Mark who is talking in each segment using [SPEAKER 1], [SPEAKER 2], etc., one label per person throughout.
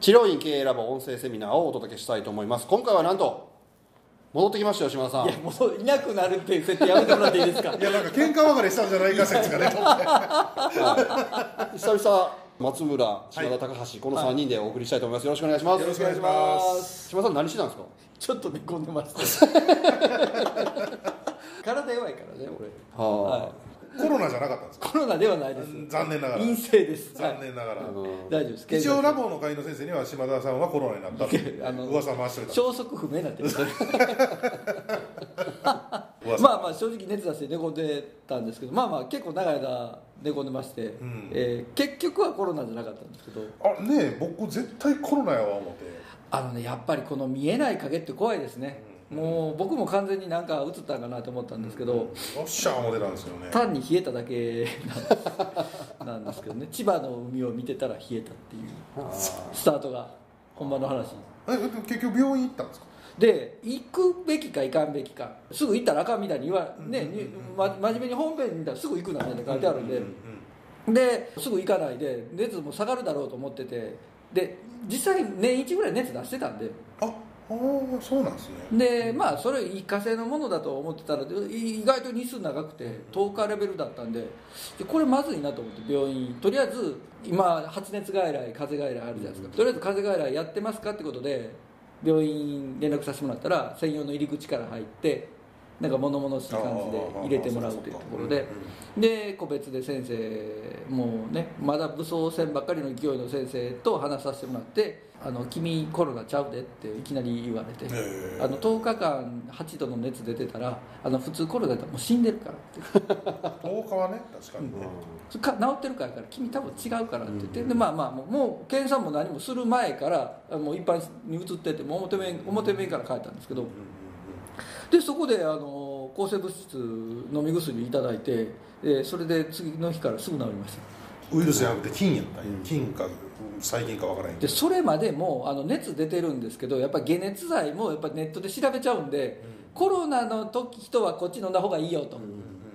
[SPEAKER 1] 治療院経営ラボ音声セミナーをお届けしたいと思います今回はなんと戻ってきましたよ島田さん
[SPEAKER 2] いやもういなくなるっていう設定やめてもらっていいですか
[SPEAKER 3] いやなんか喧嘩別れしたんじゃないか説がね
[SPEAKER 1] 久々松村島田高橋、この3人でお送りしたいと思いますよろしくお願いします
[SPEAKER 3] よろしくお願いします
[SPEAKER 1] 島田さん何してたんですか
[SPEAKER 2] ちょっと寝込んでました 体弱いからね俺
[SPEAKER 1] は
[SPEAKER 3] コロナじゃなかったんですか
[SPEAKER 2] コロナではないです
[SPEAKER 3] 残念ながら
[SPEAKER 2] 陰性です
[SPEAKER 3] 残念ながら、
[SPEAKER 1] あ
[SPEAKER 2] はい大丈夫です
[SPEAKER 3] 一応ラボの会員の先生には島田さんはコロナになったって
[SPEAKER 2] あの
[SPEAKER 3] 噂回しておいた
[SPEAKER 2] 消息不明にな っ てる
[SPEAKER 3] 噂
[SPEAKER 2] まあまあ正直熱出して寝込んでたんですけどまあまあ結構長い間寝込んでまして、
[SPEAKER 3] ん
[SPEAKER 2] えー結局はコロナじゃなかったんですけど
[SPEAKER 3] あねえ僕絶対コロナやわ思って
[SPEAKER 2] あのねやっぱりこの見えない影って怖いですね、もう僕も完全になんか映ったんかなと思ったんですけど、
[SPEAKER 3] よっしゃ思ってたんですよね
[SPEAKER 2] 単に冷えただけなんですなんですけどね千 葉の海を見てたら冷えたっていうスタートが本番の話
[SPEAKER 3] えでも結局病院行ったんですか
[SPEAKER 2] で行くべきか行かんべきかすぐ行ったらあかんみたいに言わね、にま、真面目に本編見たらすぐ行くなって書いてあるんで、ですぐ行かないで熱も下がるだろうと思っててで実際年一ぐらい熱出してたんで
[SPEAKER 3] ああーそうなんですね
[SPEAKER 2] でまあそれ一過性のものだと思ってたらで意外と日数長くて10日レベルだったんででこれまずいなと思って病院とりあえず今発熱外来風邪外来あるじゃないですかとりあえず風邪外来やってますかってことで病院連絡させてもらったら専用の入り口から入ってなんか物々しい感じで入れてもらうというところで。で個別で先生もうねまだ武装戦ばっかりの勢いの先生と話させてもらって「あの君コロナちゃうで」っていきなり言われて
[SPEAKER 3] へえ
[SPEAKER 2] あの10日間8度の熱出てたらあの普通コロナだったらもう死んでるからって
[SPEAKER 3] 10日はね確かにね
[SPEAKER 2] それか治ってるからやから君多分違うからって言って、でまあまあもうもう検査も何もする前からあもう一般に移っててもう表面表面から帰ったんですけど、でそこであの抗生物質飲み薬いただいて、えーそれで次の日からすぐ治りました
[SPEAKER 3] ウイルスじゃなくて菌やったんや菌か細菌かわからへんけ
[SPEAKER 2] で
[SPEAKER 3] ど
[SPEAKER 2] それまでもあの熱出てるんですけどやっぱ解熱剤もやっぱネットで調べちゃうんで、コロナの時人はこっち飲んだ方がいいよと、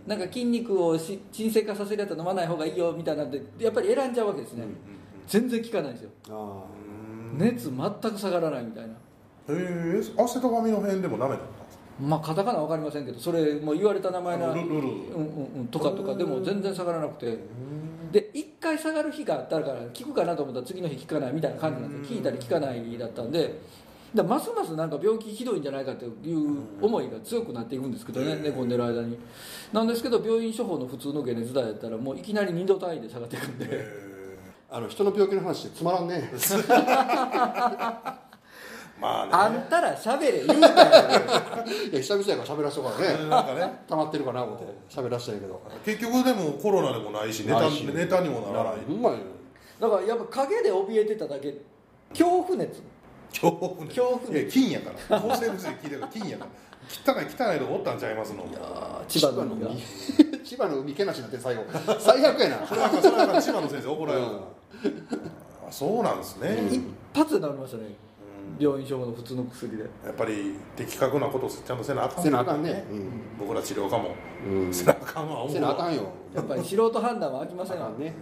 [SPEAKER 2] なんか筋肉をし沈静化させるやつは飲まない方がいいよみたいなんでやっぱり選んじゃうわけですね、全然効かないですよ、
[SPEAKER 1] あ
[SPEAKER 2] 熱全く下がらないみたいな
[SPEAKER 3] へえ汗と髪の辺でもダメだったんですか
[SPEAKER 2] まあカタカナ分かりませんけどそれもう言われた名前な
[SPEAKER 3] あルル
[SPEAKER 2] う
[SPEAKER 3] ル
[SPEAKER 2] んうんうんとかとかでも全然下がらなくてで1回下がる日があったから効くかなと思ったら次の日効かないみたいな感じなんですよ効いたり効かないだったんでだからますますなんか病気ひどいんじゃないかという思いが強くなっていくんですけどね寝込んでる間になんですけど病院処方の普通の解熱剤やったらもういきなり2度単位で下がっていくんで
[SPEAKER 1] あの人の病気の話ってつまらん ね
[SPEAKER 3] まあ
[SPEAKER 2] あんたら喋れ言うたやろ
[SPEAKER 1] いや久々やから喋らしとか
[SPEAKER 3] ね
[SPEAKER 1] らね
[SPEAKER 3] なんかね
[SPEAKER 1] 溜まってるかな思って喋らしたんやけど
[SPEAKER 3] 結局でもコロナでもないしネタ
[SPEAKER 1] ないし
[SPEAKER 3] ネタにもならない
[SPEAKER 1] ほ んまやね
[SPEAKER 2] だからやっぱ陰で怯えてただけ恐怖熱
[SPEAKER 3] 恐怖ね
[SPEAKER 2] 恐怖ね
[SPEAKER 3] いや金やから抗生物質聞いてるから金 やから汚い汚いとこおったんちゃいますの
[SPEAKER 2] 千葉の海が
[SPEAKER 1] 千葉の海けなしになって最後最悪やな
[SPEAKER 3] それなんかそれなんか千葉の先生怒られる、
[SPEAKER 1] うん
[SPEAKER 3] あそうなんですね、
[SPEAKER 2] 一発で治りましたね病院処方の普通の薬で
[SPEAKER 3] やっぱり的確なことをちゃんとせなあかん
[SPEAKER 1] せなあかんね
[SPEAKER 3] 僕ら治療家も、
[SPEAKER 1] うんうん
[SPEAKER 3] せ
[SPEAKER 1] せ
[SPEAKER 3] なあかんわ思う
[SPEAKER 1] なあか
[SPEAKER 3] わ
[SPEAKER 1] んよ
[SPEAKER 2] やっぱり素人判断は飽きませ
[SPEAKER 1] せ
[SPEAKER 2] ん
[SPEAKER 1] なあ
[SPEAKER 2] わ
[SPEAKER 1] かんね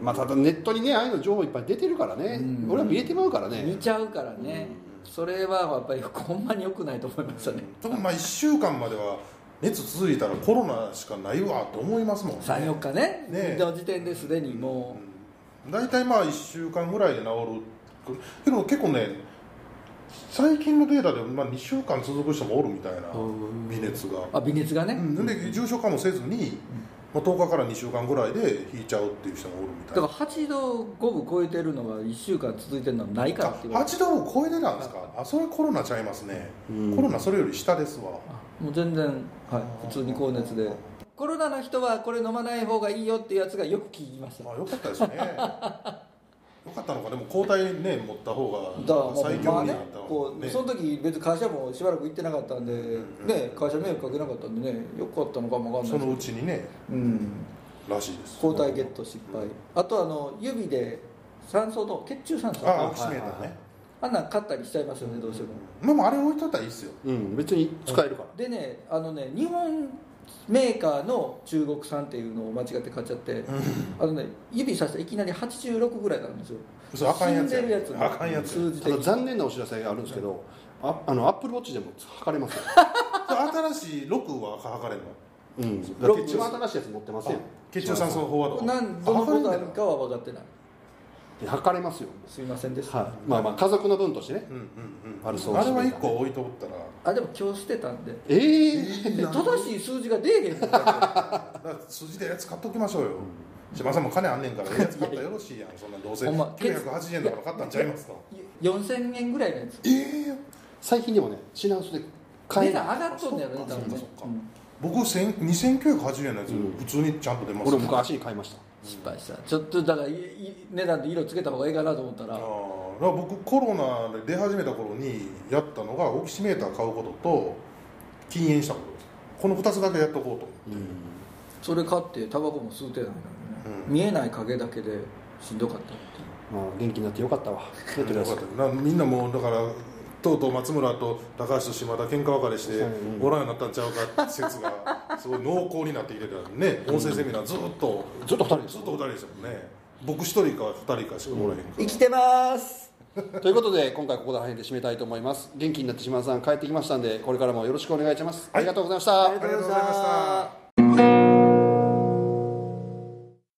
[SPEAKER 1] うんまあただネットにねああいうの情報いっぱい出てるからね
[SPEAKER 2] うん
[SPEAKER 1] 俺は見えてまうから
[SPEAKER 2] 見
[SPEAKER 1] ね
[SPEAKER 2] ちゃうからねそれはやっぱりほんまに良くないと思いましたね
[SPEAKER 3] 特にまあ1週間までは熱続いたらコロナしかないわと思いますもんね
[SPEAKER 2] 34日
[SPEAKER 3] ね
[SPEAKER 2] ねの時点ですでにも
[SPEAKER 3] 大体まあ1週間ぐらいで治るけど結構ね最近のデータでまあ2週間続く人もおるみたいな
[SPEAKER 2] うん
[SPEAKER 3] 微熱が、
[SPEAKER 2] うあ微熱が
[SPEAKER 3] う
[SPEAKER 2] ね
[SPEAKER 3] ん、で重症化もせずに、まあ、10日から2週間ぐらいで引いちゃうっていう人もおるみ
[SPEAKER 2] だ
[SPEAKER 3] たい
[SPEAKER 2] から
[SPEAKER 3] な
[SPEAKER 2] 8度5分超えてるのが1週間続いてるのはないから
[SPEAKER 3] あ
[SPEAKER 2] って言われて
[SPEAKER 3] 8度を超えてたんですかあそれコロナちゃいますね、
[SPEAKER 1] うん
[SPEAKER 3] コロナそれより下ですわ
[SPEAKER 2] あもう全然、はい、普通に高熱でコロナの人はこれ飲まない方がいいよっていうやつがよく聞きました
[SPEAKER 3] まあよかった ですねよかったのかでも抗体ね持った方
[SPEAKER 2] だから
[SPEAKER 3] が
[SPEAKER 2] まあ
[SPEAKER 3] 最
[SPEAKER 2] ま
[SPEAKER 3] 強
[SPEAKER 2] あ
[SPEAKER 3] に
[SPEAKER 2] ね
[SPEAKER 3] なったわ
[SPEAKER 2] こうその時別に会社もしばらく行ってなかったんで、
[SPEAKER 3] ん
[SPEAKER 2] ね、会社迷惑かけなかったんでねよかったのかもわかんな
[SPEAKER 3] そ
[SPEAKER 2] いです
[SPEAKER 3] のうちにね
[SPEAKER 2] うん、
[SPEAKER 3] らしいです
[SPEAKER 2] 抗体ゲット失敗、あとあの指で酸素と血中酸素
[SPEAKER 3] ああ
[SPEAKER 2] あ
[SPEAKER 3] オキシメーターね
[SPEAKER 2] んなん買ったりしちゃいますよねどうしても
[SPEAKER 3] まあまああれ置いといたらいいっすよ
[SPEAKER 1] うん別に使えるから
[SPEAKER 2] でねあのね日本メーカーの中国産っていうのを間違って買っちゃってあのね指さしたらいきなり86ぐらいなんですよ
[SPEAKER 3] それあかんやつ
[SPEAKER 2] 死
[SPEAKER 3] や
[SPEAKER 2] んでるやつ
[SPEAKER 3] あかんやつ
[SPEAKER 2] 数字
[SPEAKER 1] ただ
[SPEAKER 2] 的
[SPEAKER 1] 残念なお知らせがあるんですけど、ああのアップルウォッチでも測れますよ、
[SPEAKER 3] 新しい6は測れんの
[SPEAKER 1] うん、だって一番新しいやつ持ってませんよ
[SPEAKER 3] 血中酸素飽和度
[SPEAKER 2] なんどのことあるかは分かってない
[SPEAKER 1] 測れますよ、
[SPEAKER 2] すいませんでした、
[SPEAKER 1] はい、まあまあ家族の分としてね
[SPEAKER 3] うんうんうん
[SPEAKER 1] あるそう
[SPEAKER 3] あれは1個置いとったら
[SPEAKER 2] あでも今日捨てたんで
[SPEAKER 1] えー、
[SPEAKER 2] で正しい数字が出えへんの
[SPEAKER 3] だから筋でやつ買っときましょうよ島さんも金あんねんからええやつ買ったらよろしいやんそんなんどうせ
[SPEAKER 2] ほんま
[SPEAKER 3] 980円だから買ったんちゃいますか
[SPEAKER 2] 4000円ぐらいのやつ
[SPEAKER 3] ええ
[SPEAKER 1] 最近でもね品薄で買え
[SPEAKER 2] 値
[SPEAKER 1] ない
[SPEAKER 2] 段上がっとんねやろね多分ね
[SPEAKER 3] そっかそっか
[SPEAKER 2] うん
[SPEAKER 3] 僕1000 2980円のやつ
[SPEAKER 1] うん
[SPEAKER 3] 普通にちゃんと出ます
[SPEAKER 1] 俺も昔に買いました
[SPEAKER 2] 失敗したちょっとだからいい値段で色つけた方がいいかなと思った
[SPEAKER 3] あ
[SPEAKER 2] ら
[SPEAKER 3] ーだから僕コロナで出始めた頃にやったのがオキシメーター買うことと禁煙したことですこの2つだけやっとこう
[SPEAKER 1] うん
[SPEAKER 2] それ買ってタバコも吸うてないのにね、
[SPEAKER 3] う
[SPEAKER 2] 見えない影だけでしんどかったっていう
[SPEAKER 1] まあ元気になってよかったわ
[SPEAKER 3] と
[SPEAKER 1] ねとりあえず
[SPEAKER 3] よかったなみんなもうだからとうとう松村と高橋と島田喧嘩別れして
[SPEAKER 1] うん
[SPEAKER 3] おらんようになったんちゃうかって説が すごい濃厚になってきてたね音声セミナーずっと
[SPEAKER 1] ずっと二人です
[SPEAKER 3] ずっと2人でしたもんね僕1人か2人かしかおらへんから、
[SPEAKER 2] 生きてます
[SPEAKER 1] ということで今回ここら辺で締めたいと思います元気になって島田さん帰ってきましたんでこれからもよろしくお願いします、ありがとうございました
[SPEAKER 2] ありがとうございまし
[SPEAKER 3] ありがとうございました
[SPEAKER 2] た